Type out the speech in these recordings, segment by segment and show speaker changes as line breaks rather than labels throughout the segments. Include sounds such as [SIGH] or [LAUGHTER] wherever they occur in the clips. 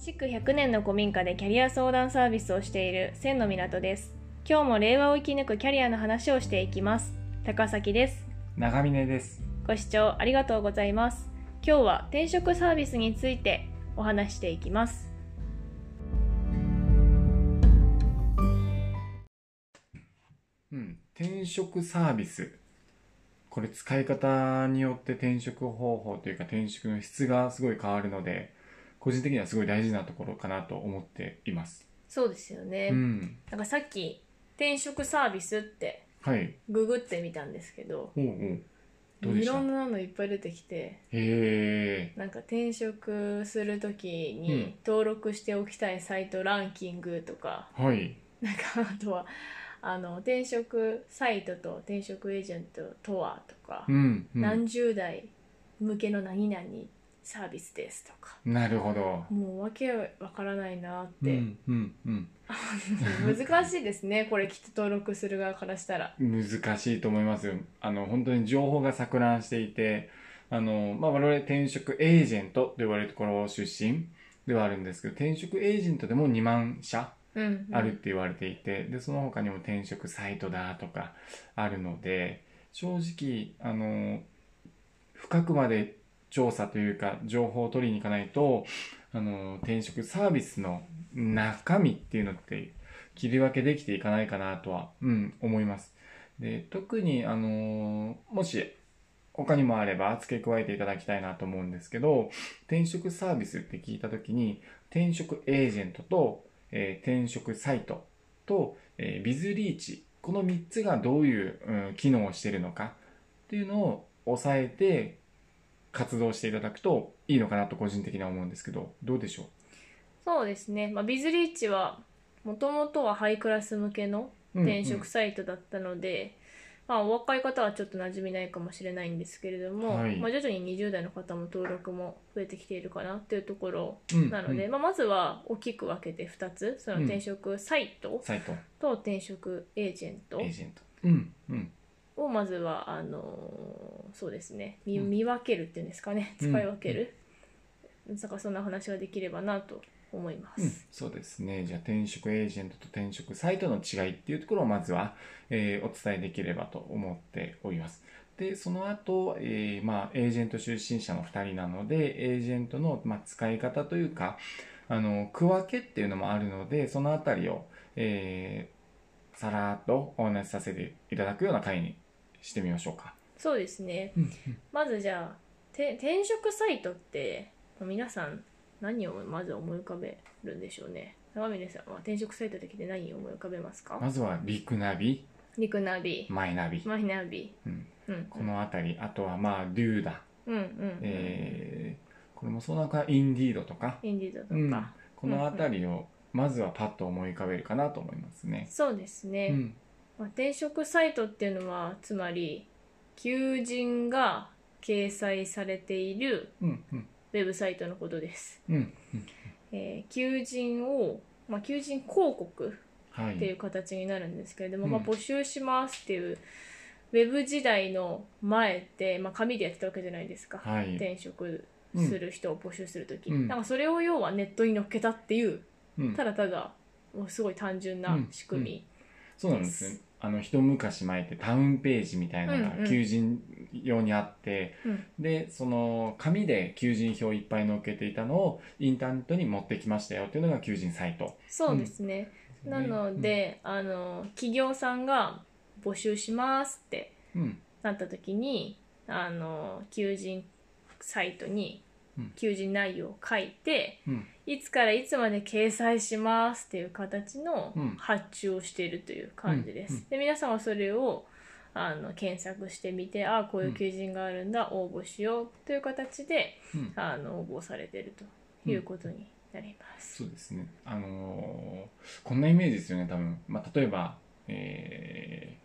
築100年の古民家でキャリア相談サービスをしている千の港です。今日も令和を生き抜くキャリアの話をしていきます。高崎です。
長峰です。
ご視聴ありがとうございます。今日は転職サービスについてお話ししていきます。
うん、転職サービス。これ使い方によって転職方法というか転職の質がすごい変わるので、個人的にはすごい大事なところかなと思っています。
そうですよね
うん。
なんかさっき転職サービスって
はい。
ググってみたんですけど、
おうおう。どうで
い
した
ろ
へ
んなのいっぱい出てきて、
え。
なんか転職するとき
うん
に登録しておきたいサイトランキングとか、
はい。
[LAUGHS] なんかあとはあの転職サイトと転職エージェントとはとか、
うん、うん。
何十代向けの何々サービスですとか
なるほど。
もうわけわからないなっ
う
て、
ん、うん、うん。
[LAUGHS] 難しいですねこれきっと登録する側からしたら。
難しいと思いますよ。あの、本当に情報が錯乱していて、あの、まあ、我々転職エージェントと呼ばれるところ出身ではあるんですけど、転職エージェントでも2万社
うんうん
あるって言われていて、で、その他にも転職サイトだとかあるので、正直、あの、深くまで調査というか、情報を取りに行かないと、あの、転職サービスの中身っていうのって、切り分けできていかないかなとは、うん、思います。で、特に、あの、もし、他にもあれば付け加えていただきたいなと思うんですけど、転職サービスって聞いたときに、転職エージェントとえー転職サイトと、えービズリーチこの3つがどういう、うん機能をしているのかっていうのを抑えて活動していただくといいのかなと個人的には思うんですけどどうでしょ
そうですね、まあ、ビズリーチはもともとはハイクラス向けの
う、うんうん
転職サイトだったので、まあ、お若い方はちょっと馴染みないかもしれないんですけれども、
はい
まあ、徐々に20代の方も登録も増えてきているかなっていうところ
うんうん
なので、まあ、まずは大きく分けて2つその転職サイト
サイト
と転職エージェント
エージェントうんうん
をまずはあのーそうですね見
うん
見分けるっていうんですかね
う
使
ん
い分ける、なんかそんな話ができればなと思います。
うん、そうですね。じゃあ転職エージェントと転職サイトの違いっていうところをまずは、えーお伝えできればと思っております。で、その後、えーまあ、エージェント出身者の2人なので、エージェントの、まあ、使い方というか、あの、区分けっていうのもあるので、そのあたりを、えーさらっとお話しさせていただくような回にしてみましょうか。
そうですね、
うん
まずじゃあて転職サイトって皆さん何をまず思い浮かべるんでしょうね長峰さんは転職サイトで来て何を思い浮かべますか
まずは、リクナビ、
リクナビ、
マイナビ、
マイナビ、
うん
うん、
このあたり、あとは、まあ、デューダ、
うんうんうん、
えーこれもそうなんか、インディードとか、
インディードとか、
うんこの辺りをまずはパッと思い浮かべるかなと思いますね。
そうですね、
うん、
まあ、転職サイトっていうのはつまり求人が掲載されている
うん、うん、
ウェブサイトのことです、
うん、
えー求人を、まあ、求人広告
は
ってい
い。
う形になるんですけれども、
うん
まあ、募集しますっていうウェブ時代の前って、まあ、紙でやってたわけじゃないですか、
はい。
転職する人を募集するとき、
うん
なんかそれを要はネットに乗っけたっていう
うん
た、だただもうすごい単純な仕組み、
そうなんですよ。あの一昔前ってタウンページみたいなの
うんう
が
ん
求人用にあって、
うん
でその紙で求人票いっぱい載っけていたのをインターネットに持ってきましたよっていうのが求人サイト、
そうですね、なの、で、あの企業さんが募集しますって
うん、
なった時にあの求人サイトに
うん
求人内容を書いて、
うん
いつからいつまで掲載しますっていう形の
うん
発注をしているという感じです。
うんうん
で皆さんはそれをあの検索してみてああこういう求人があるんだ、応募しようという形で
うん、
あの応募されているということになります。
そうですね。あのーこんなイメージですよね、多分。まあ、例えば、え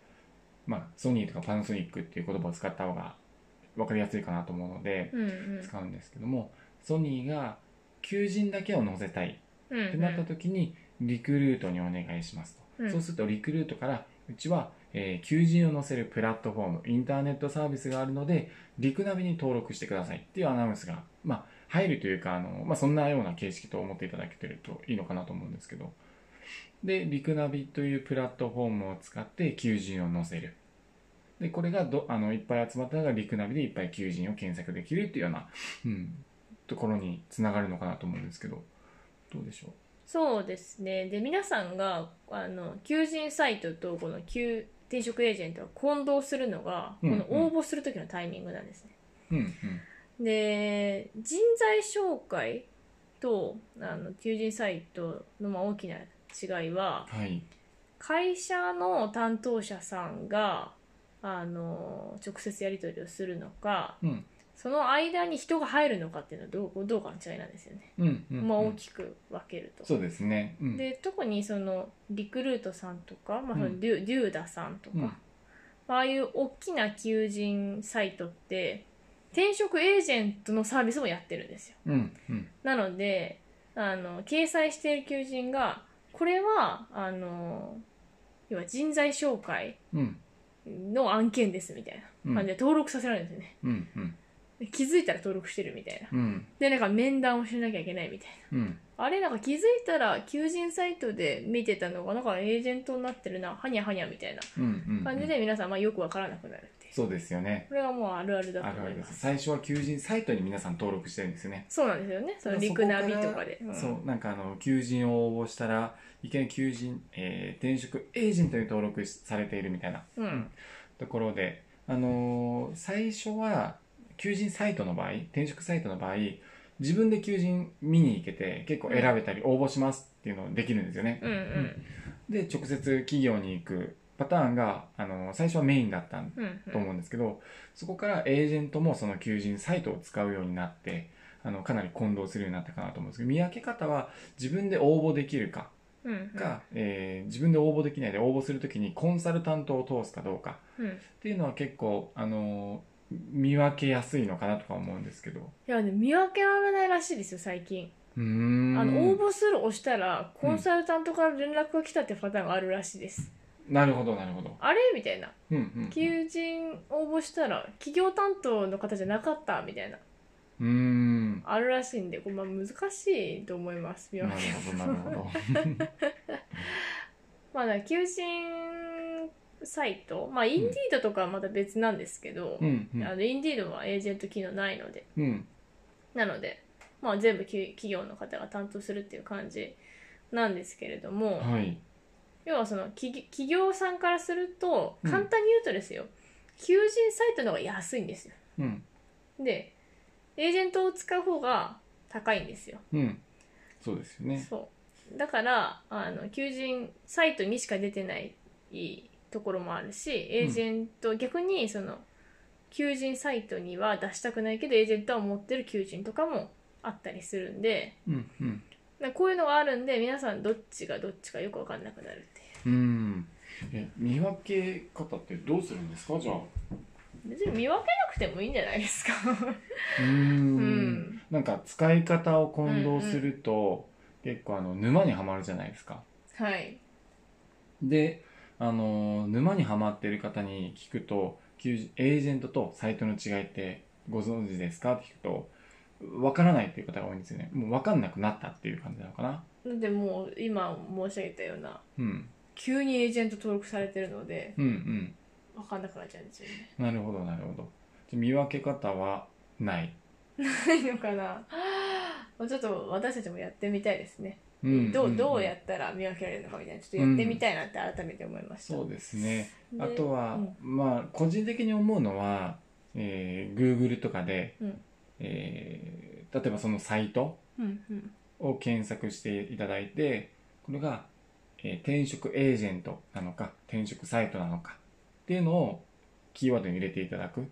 ーまあ、ソニーとかパナソニックっていう言葉を使った方が分かりやすいかなと思うので、
うんうん
使うんですけども、ソニーが求人だけを載せたい
うん
ってなった時に、リクルートにお願いしますと。
うん
そうすると、リクルートから、うちは、えー求人を載せるプラットフォーム、インターネットサービスがあるので、リクナビに登録してくださいっていうアナウンスが、まあ、入るというか、あの、まあ、そんなような形式と思っていただけてるといいのかなと思うんですけど。で、リクナビというプラットフォームを使って求人を載せる。で、これがど、あの、いっぱい集まったのがリクナビでいっぱい求人を検索できるっていうような、うん、ところにつながるのかなと思うんですけど、どうでしょう
そうですね。で、皆さんが、あの、求人サイトとこの求転職エージェントを混同するのが、
う
こ
ん
の応募する時のタイミングなんですね。
うんうん
で、人材紹介と、あの、求人サイトのまあ大きな違いは、
はい
会社の担当者さんが、あの、直接やり取りをするのか、
うん
その間に人が入るのかっていうのはどう、どうかの違いなんですよね。
うんうんうん
まあ大きく分けると。
そうですねうん
で特にそのリクルートさんとか、まあ、
うん
そのデュ,、デューダさんとか、
うん
ああいう大きな求人サイトって転職エージェントのサービスもやってるんですよ
うんうん
なのであの掲載している求人がこれはあの要は人材紹介
うん
の案件ですみたいな
うん
感じで登録させられるんですよね、
うんうん
で気づいたら登録してるみたいな
うん
でなんか面談をしなきゃいけないみたいな
うん
あれなんか気づいたら求人サイトで見てたのがなんかエージェントになってるなはにゃはにゃみたいな
うんうん
感じで皆さんまあよくわからなくなるっていう
そうですよね
これはもうあるあるだ
あ
と
るあ
思い
るで
ますす
最初は求人サイトに皆さん登録してるんですよね
そうなんですよねそのリクナビとかで
そこら
うん
そうなんかあの求人を応募したらいきなり求人、えー転職エージェントに登録しされているみたいな
うん
ところで、あのー最初は求人サイトの場合転職サイトの場合自分で求人見に行けて結構選べたり応募しますっていうのできるんですよね、
うんうん
で直接企業に行くパターンが、あのー最初はメインだった
うんうん
と思うんですけど、そこからエージェントもその求人サイトを使うようになってあのかなり混同するようになったかなと思うんですけど見分け方は自分で応募できるか
うんうん
か、えー自分で応募できないで応募するときにコンサルタントを通すかどうか
うんい
っていうのは結構、あのー見分けやすいのかなとか思うんですけど
やね見分けられないらしいですよ最近
うーん
あの応募する押したらコンサルタントから連絡が来たってパターンがあるらしいです
なるほどなるほど
あれみたいな
うんうんうん
求人応募したら企業担当の方じゃなかったみたいな
うーん
あるらしいんで、これまあ難しいと思います。見
なる
分け
ほどなるほど
[LAUGHS] まあだから求人サイト、まあインディードとかはまた別なんですけど、
うんうん
あのインディードはエージェント機能ないので、
うん
なので、まあ全部き企業の方が担当するっていう感じなんですけれども、
はい
要はその企業企業さんからすると、
うん
簡単に言うとですよ、求人サイトの方が安いんですよ。
うん
で、エージェントを使う方が高いんですよ。
うんそうですよね
そうだからあの求人サイトにしか出てないところもあるしエージェント、逆にその求人サイトには出したくないけどエージェントは持ってる求人とかもあったりするんで
うんうん
なんかこういうのがあるんで皆さんどっちがどっちかよく分かんなくなるっていう
うんえ見分け方ってどうするんですかじゃあ
別に見分けなくてもいいんじゃないですか
うー
うんん
なんか使い方を混同すると、結構あの沼にはまるじゃないですか
はい
であのー沼にはまっている方に聞くと求人エージェントとサイトの違いってご存知ですかって聞くと分からないっていう方が多いんですよねもう分かんなくなったっていう感じなのかな
だってもう今申し上げたような
うん
急にエージェント登録されてるので
うんうん
分かんなくなっちゃうんですよね [LAUGHS]
なるほどなるほどじゃあ見分け方はない、
ないのかなもうちょっと私たちもやってみたいですね
うん
どう
ん
んどうやったら見分けられるのかみたいなちょっとやってみたいなって改めて思いました、
そうですね
で
あとは、まあ個人的に思うのは、えー Google とかで、
うん
えー例えばそのサイト
うんうん
を検索していただいてこれが、えー転職エージェントなのか転職サイトなのかっていうのをキーワードに入れていただく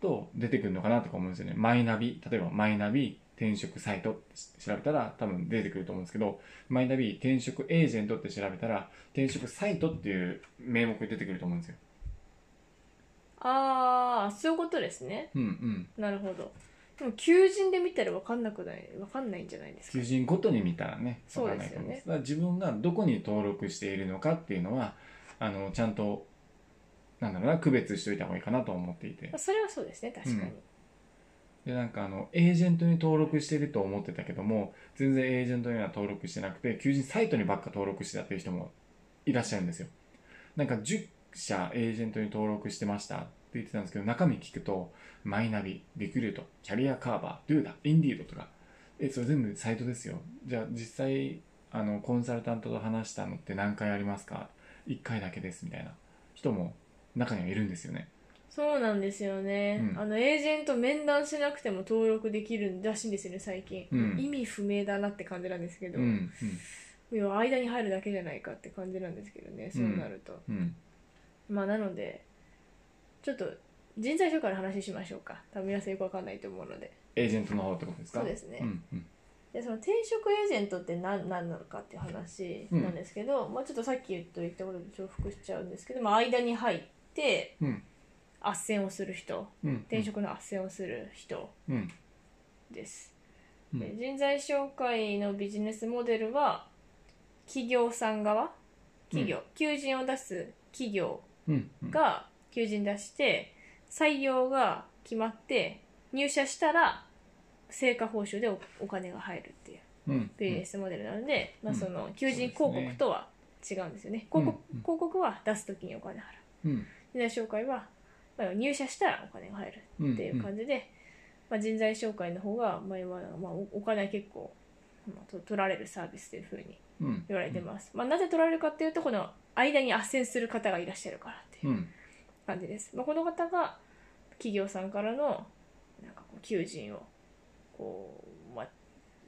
と出てくるのかなとか思うんですよねマイナビ例えばマイナビ転職サイトって調べたら多分出てくると思うんですけどマイナビ転職エージェントって調べたら転職サイトっていう名目で出てくると思うんですよ
ああそういうことですね
うんうん
なるほどでも求人で見たら分かんなくない分かんないんじゃないですか
求人ごとに見たらね
そ
わ
う
か
ですよね
んないと思いますだから自分がどこに登録しているのかっていうのはあのちゃんとなんだろうな区別しておいた方がいいかなと思っていて
まあそれはそうですね確かに、
うんでなんかあのエージェントに登録してると思ってたけども全然エージェントには登録してなくて求人サイトにばっか登録してたっていう人もいらっしゃるんですよなんか10社エージェントに登録してましたって言ってたんですけど中身聞くとマイナビリクルートキャリアカーバードゥーダインディードとかえそれ全部サイトですよじゃあ実際あのコンサルタントと話したのって何回ありますか1回だけですみたいな人も中にはいるんですよね
そうなんですよね、
うん
あのエージェント面談しなくても登録できるらしいんですよね最近、
うん
意味不明だなって感じなんですけど、
うん
要は間に入るだけじゃないかって感じなんですけどねそうなると、
うんうん
まあなのでちょっと人材紹介の話しましょうか多分皆さんよくわかんないと思うので
エージェントの方ってことですか
そうですね
うんうん
でその転職エージェントって何何なのかっていう話なんですけど、まあ、ちょっとさっき言っと言ったことで重複しちゃうんですけど、まあ、間に入って
うん
斡旋をする人
うん
転職の斡旋をする人
うん
です、
うん
で人材紹介のビジネスモデルは企業さん側企業、求人を出す企業
うんうん
が求人出して採用が決まって入社したら成果報酬でおお金が入るっていう
うん
ビジネスモデルなので、
うん
まあ、その求人広告とは違うんですよね広告
うん
広告は出す時にお金払う
うん
人材紹介は、まあ、入社したらお金が入る
うん
っていう感じで、まあ、人材紹介の方が、まあ今まあ、おお金は結構、まあと取られるサービスというふうに
うん
言われてます、まあ、なぜ取られるかっていうとこの間に斡旋する方がいらっしゃるからっていう
うん
感じです、まあ、この方が企業さんからのなんかこう求人をこう、まあ、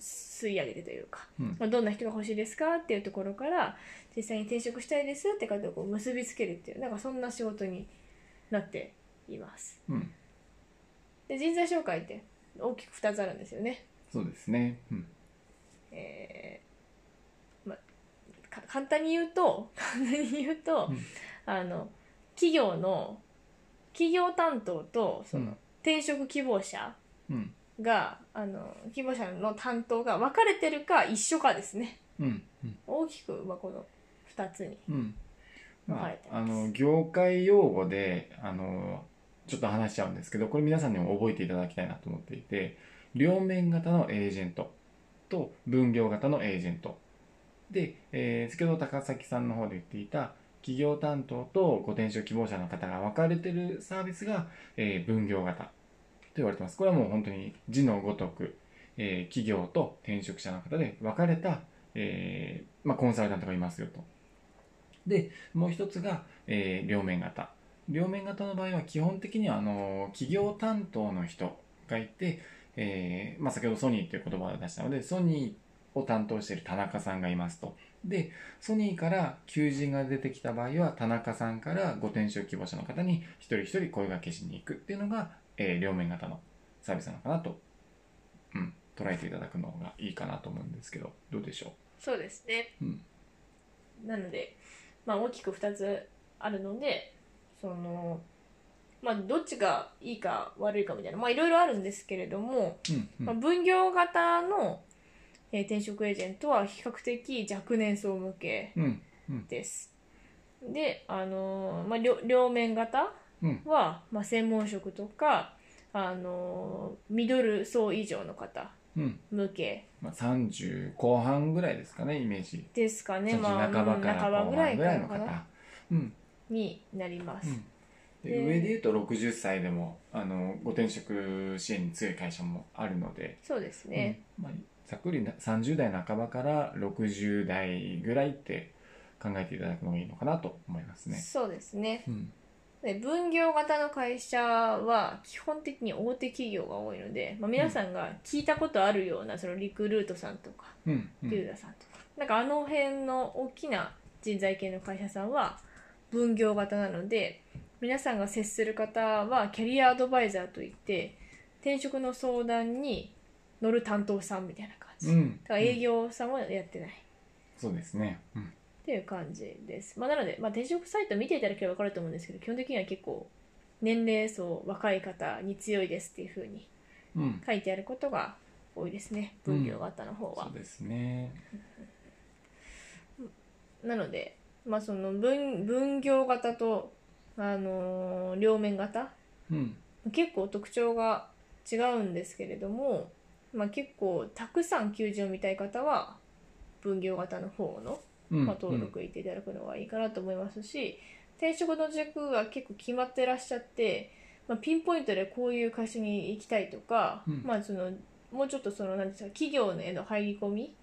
吸い上げてというか、
うん
まあ、どんな人が欲しいですかっていうところから実際に転職したいですって方をこう結びつけるっていうなんかそんな仕事になっています
うん
で人材紹介って大きく2つあるんですよね、
そうですねうん
えーまあ、か簡単に言うと [LAUGHS] 簡単に言うと、
うん
あの企業の企業担当とその
うん
転職希望者、
うん
があの希望者の担当が分かれてるか一緒かですね
うんうん
大きく、まあ、この2つに
うんま
分か
あ
れて
あ
ます
の業界用語であのちょっと話しちゃうんですけどこれ皆さんにも覚えていただきたいなと思っていて両面型のエージェントと分業型のエージェントで、えー先ほど高崎さんの方で言っていた企業担当とご転職希望者の方が分かれてるサービスが、えー分業型と言われてますこれはもう本当に字のごとく、えー企業と転職者の方で分かれた、えーまあ、コンサルタントがいますよとでもう一つが、えー両面型両面型の場合は基本的にはあの企業担当の人がいて、えーまあ、先ほどソニーという言葉を出したのでソニーを担当している田中さんがいますとでソニーから求人が出てきた場合は田中さんからご転職希望者の方に一人一人声がけしに行くっていうのが、えー両面型のサービスなのかなと、うん、捉えていただくのがいいかなと思うんですけどどうでしょ
そうですね
う、うん
なので、まあ、大きく2つあるのでそのまあどっちがいいか悪いかみたいなまあいろいろあるんですけれども、
うんうん
まあ、分業型の、えー転職エージェントは比較的若年層向け
うん
ですであのーまあ、両両面型
うん
は、まあ、専門職とか、あのーミドル層以上の方
うん
向け
まあ、30後半ぐらいですかねイメージ、
ですかね、
30
まあ、
半ばから
うん半ば
後
ぐら
半
い
ぐ
から
い
ら
の
か
方
な
うん
になります、
うんで
で
上で言うと60歳でもあのご転職支援に強い会社もあるので、
そうですね、
うんまあ、ざっくりな30代半ばから60代ぐらいって考えていただくのがいいのかなと思いますね。
そうですね
うん
で分業型の会社は基本的に大手企業が多いので、まあ、皆さんが聞いたことあるようなそのリクルートさんとか
うんう
リュウ
ん
ダさんとか、なんかあの辺の大きな人材系の会社さんは分業型なので皆さんが接する方はキャリアアドバイザーといって転職の相談に乗る担当さんみたいな感じ、
う
だ
ん、
から営業さんはやってないっ
そうですね、うん
ていう感じです、まあ、なので、まあ、転職サイト見ていただければ分かると思うんですけど基本的には結構年齢層若い方に強いですっていうふうに
うん、
書いてあることが多いですね分業型の方は
そ、うですね。
なので、まあ、その分分業型と、あのー両面型
うん
結構特徴が違うんですけれども、まあ、結構たくさん求人を見たい方は分業型の方の、
うん
まあ、登録していただくのがいいかなと思いますし、転職の軸が結構決まってらっしゃって、まあ、ピンポイントでこういう会社に行きたいとか、
うん
まあ、そのもうちょっとその何ですか企業への入り込み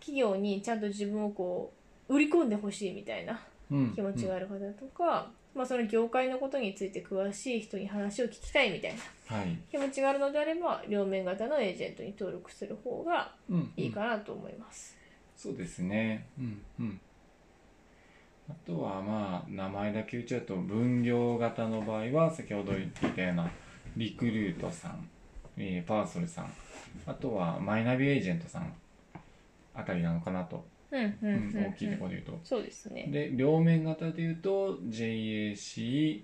企業にちゃんと自分をこう売り込んでほしいみたいな
うん
気持ちがある方とか、まあ、その業界のことについて詳しい人に話を聞きたいみたいな
うんはい
気持ちがあるのであれば両面型のエージェントに登録する方が
うん
いいかなと思います。
そうですね。うんうん。あとはまあ名前だけ言っちゃうと分業型の場合は先ほど言っていたようなリクルートさん、えーパーソルさん、あとはマイナビエージェントさんあたりなのかなと、
うんうん
う
うんんうん
大きいところで言うと。
そうですね。
で両面型で言うと JAC、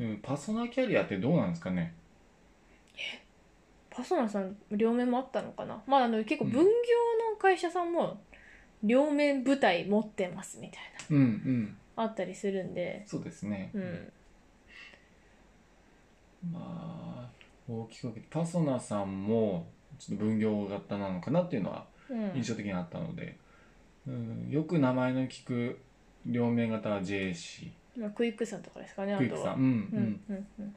うん、パーソナルキャリアってどうなんですかね
パソナさん両面もあったのかな。まああの結構分業の会社さんも両面部隊持ってますみたい
うんうん
なあったりするんで、
そうですね。
うん、
まあ大きく分けてパソナさんもちょっと分業型なのかなっていうのは
うん、
印象的にあったので、うん、よく名前の聞く両面型は JAC
まあクイックさんとかですかね。あ
クイック
と
さん、
は
う。ん
う
うん
んうんうん。
っ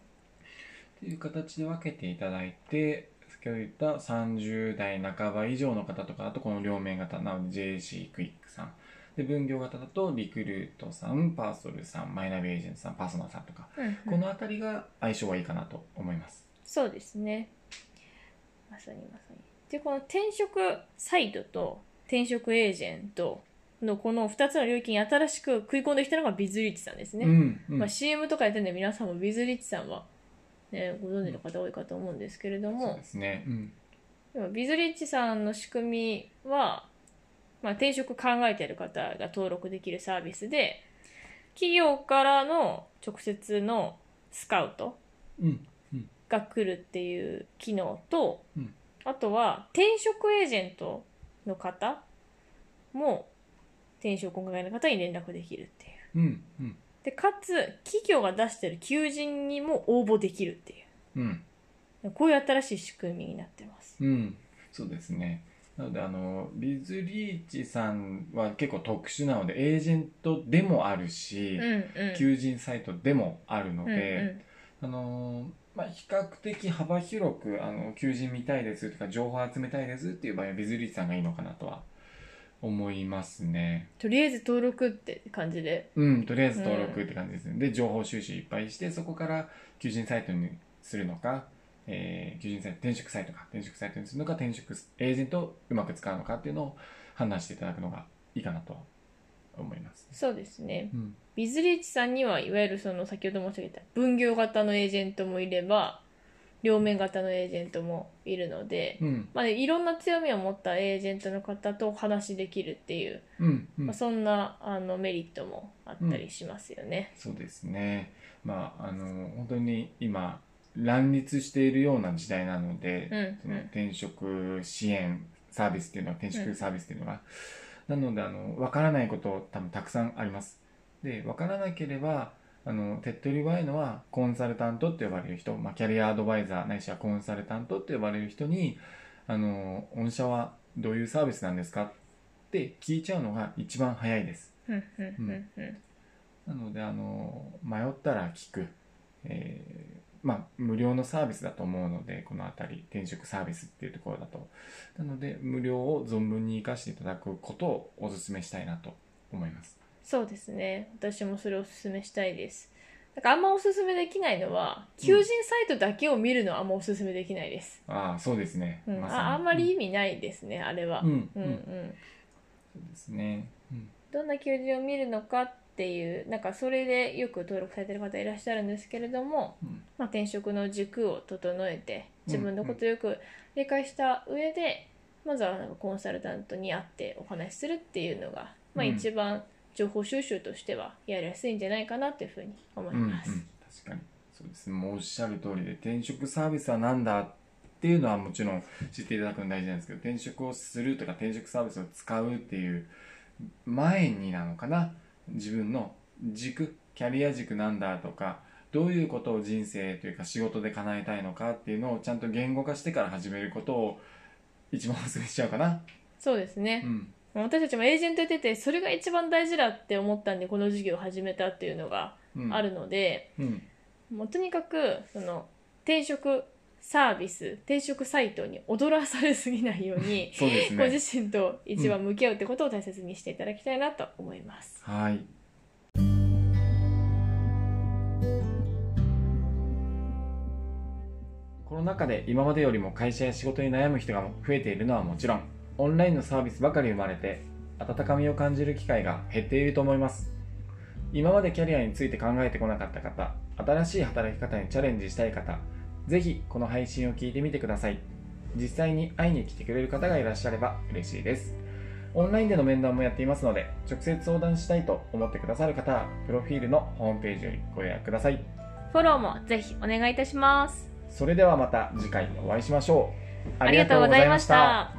ていう形で分けていただいて先ほど言った30代半ば以上の方とかあとこの両面型なので JC クイックさんで分業型だとリクルートさんパーソルさんマイナビエージェントさんパーソナさんとか
うんうん
この辺りが相性はいいかなと思います。
そうですね。まさにまさに。で、この転職サイトと転職エージェントのこの2つの領域に新しく食い込んできたのがビズリッチさんですね。
うんうん
まあ、CM とかやってるんで皆さんもビズリッチさんは、ね、ご存知の方多いかと思うんですけれど
そう
も
で、すね。うん
でもビズリッチさんの仕組みは、まあ、転職考えてる方が登録できるサービスで企業からの直接のスカウト
うん
が来るっていう機能と、
うん
あとは転職エージェントの方も転職を考えの方に連絡できるっていう
うんうん
でかつ企業が出してる求人にも応募できるってい
うん
うこういう新しい仕組みになってます
うん、そうですね。なので、あの、ビズリーチさんは結構特殊なので、エージェントでもあるし
うん、うん
求人サイトでもあるの
うん
で、あの、まあ、比較的幅広く、あの、求人見たいですとか、情報集めたいですっていう場合は、ビズリーチさんがいいのかなとは思いますね。
とりあえず登録って感じで
うん、とりあえず登録って感じですね。で、情報収集いっぱいして、そこから求人サイトにするのか、えー求人サイト、転職サイトか、転職サイトにするのか、転職エージェントをうまく使うのかっていうのを判断していただくのがいいかなと思います。
そうですね
うん、
ビズリーチさんにはいわゆるその先ほど申し上げた分業型のエージェントもいれば両面型のエージェントもいるので、
うん、
まあ、いろんな強みを持ったエージェントの方とお話しできるっていう、
うん、うん
まあ、そんなあのメリットもあったりしますよね。
そうですね。まあ、あの、本当に今、乱立しているような時代なので、
うん
その
うん
転職支援サービスっていうのは、転職サービスっていうのは、なので、あの、わからないこと多分たくさんあります。で、わからなければ、あの、手っ取り早いのは、コンサルタントって呼ばれる人、まあ、キャリアアドバイザー、ないしはコンサルタントって呼ばれる人に、あの、御社はどういうサービスなんですかって聞いちゃうのが一番早いです。
うんうんうんうん
なので、あの、迷ったら聞く。えーまあ、無料のサービスだと思うので、このあたり、転職サービスっていうところだと。なので、無料を存分に活かしていただくことをお勧めしたいなと思います。
そうですね私もそれをおすすめしたいです。なんかあんまおすすめできないのは求人サイトだけを見るのはあんまおすすめできないです。
ああ、そうですね。
うん
まさに
ああんまり意味ないですね、あれは。
うん、うん、
うんう
うん
ん
そうですね。うん、
どんな求人を見るのかっていうなんかそれでよく登録されてる方いらっしゃるんですけれども、
うん、
まあ、転職の軸を整えて
うん
自分のことをよく理解した上で、まずはなんかコンサルタントに会ってお話しするっていうのが、まあ、
うん
一番情報収集としてはやりやすいんじゃないかなというふうに思い
うん、うん
ます。
確かに。そうですね。もうおっしゃる通りで、転職サービスは何だっていうのはもちろん知っていただくの大事なんですけど、転職をするとか転職サービスを使うっていう前になのかな。自分の軸、キャリア軸なんだとか、どういうことを人生というか仕事で叶えたいのかっていうのをちゃんと言語化してから始めることを一番お勧めしちゃうかな。
そうです
う
ね、
ん。
私たちもエージェントやっててそれが一番大事だって思ったんでこの授業を始めたっていうのが
うん、
あ。るので、
うん。
もうとにかくその転職サービス転職サイトに踊らされすぎないよう [LAUGHS] に
そうです
ご
ね。
自身と一番向き合うってことを大切にしていただきたいなと思います。
はい。コロナ禍で今までよりも会社や仕事に悩む人が増えているのはもちろんオンラインのサービスばかり生まれて温かみを感じる機会が減っていると思います今までキャリアについて考えてこなかった方新しい働き方にチャレンジしたい方ぜひこの配信を聞いてみてください実際に会いに来てくれる方がいらっしゃれば嬉しいですオンラインでの面談もやっていますので直接相談したいと思ってくださる方はプロフィールのホームページよりご予約ください
フォローもぜひお願いいたします。
それではまた次回お会いしましょう
ありがとうございました。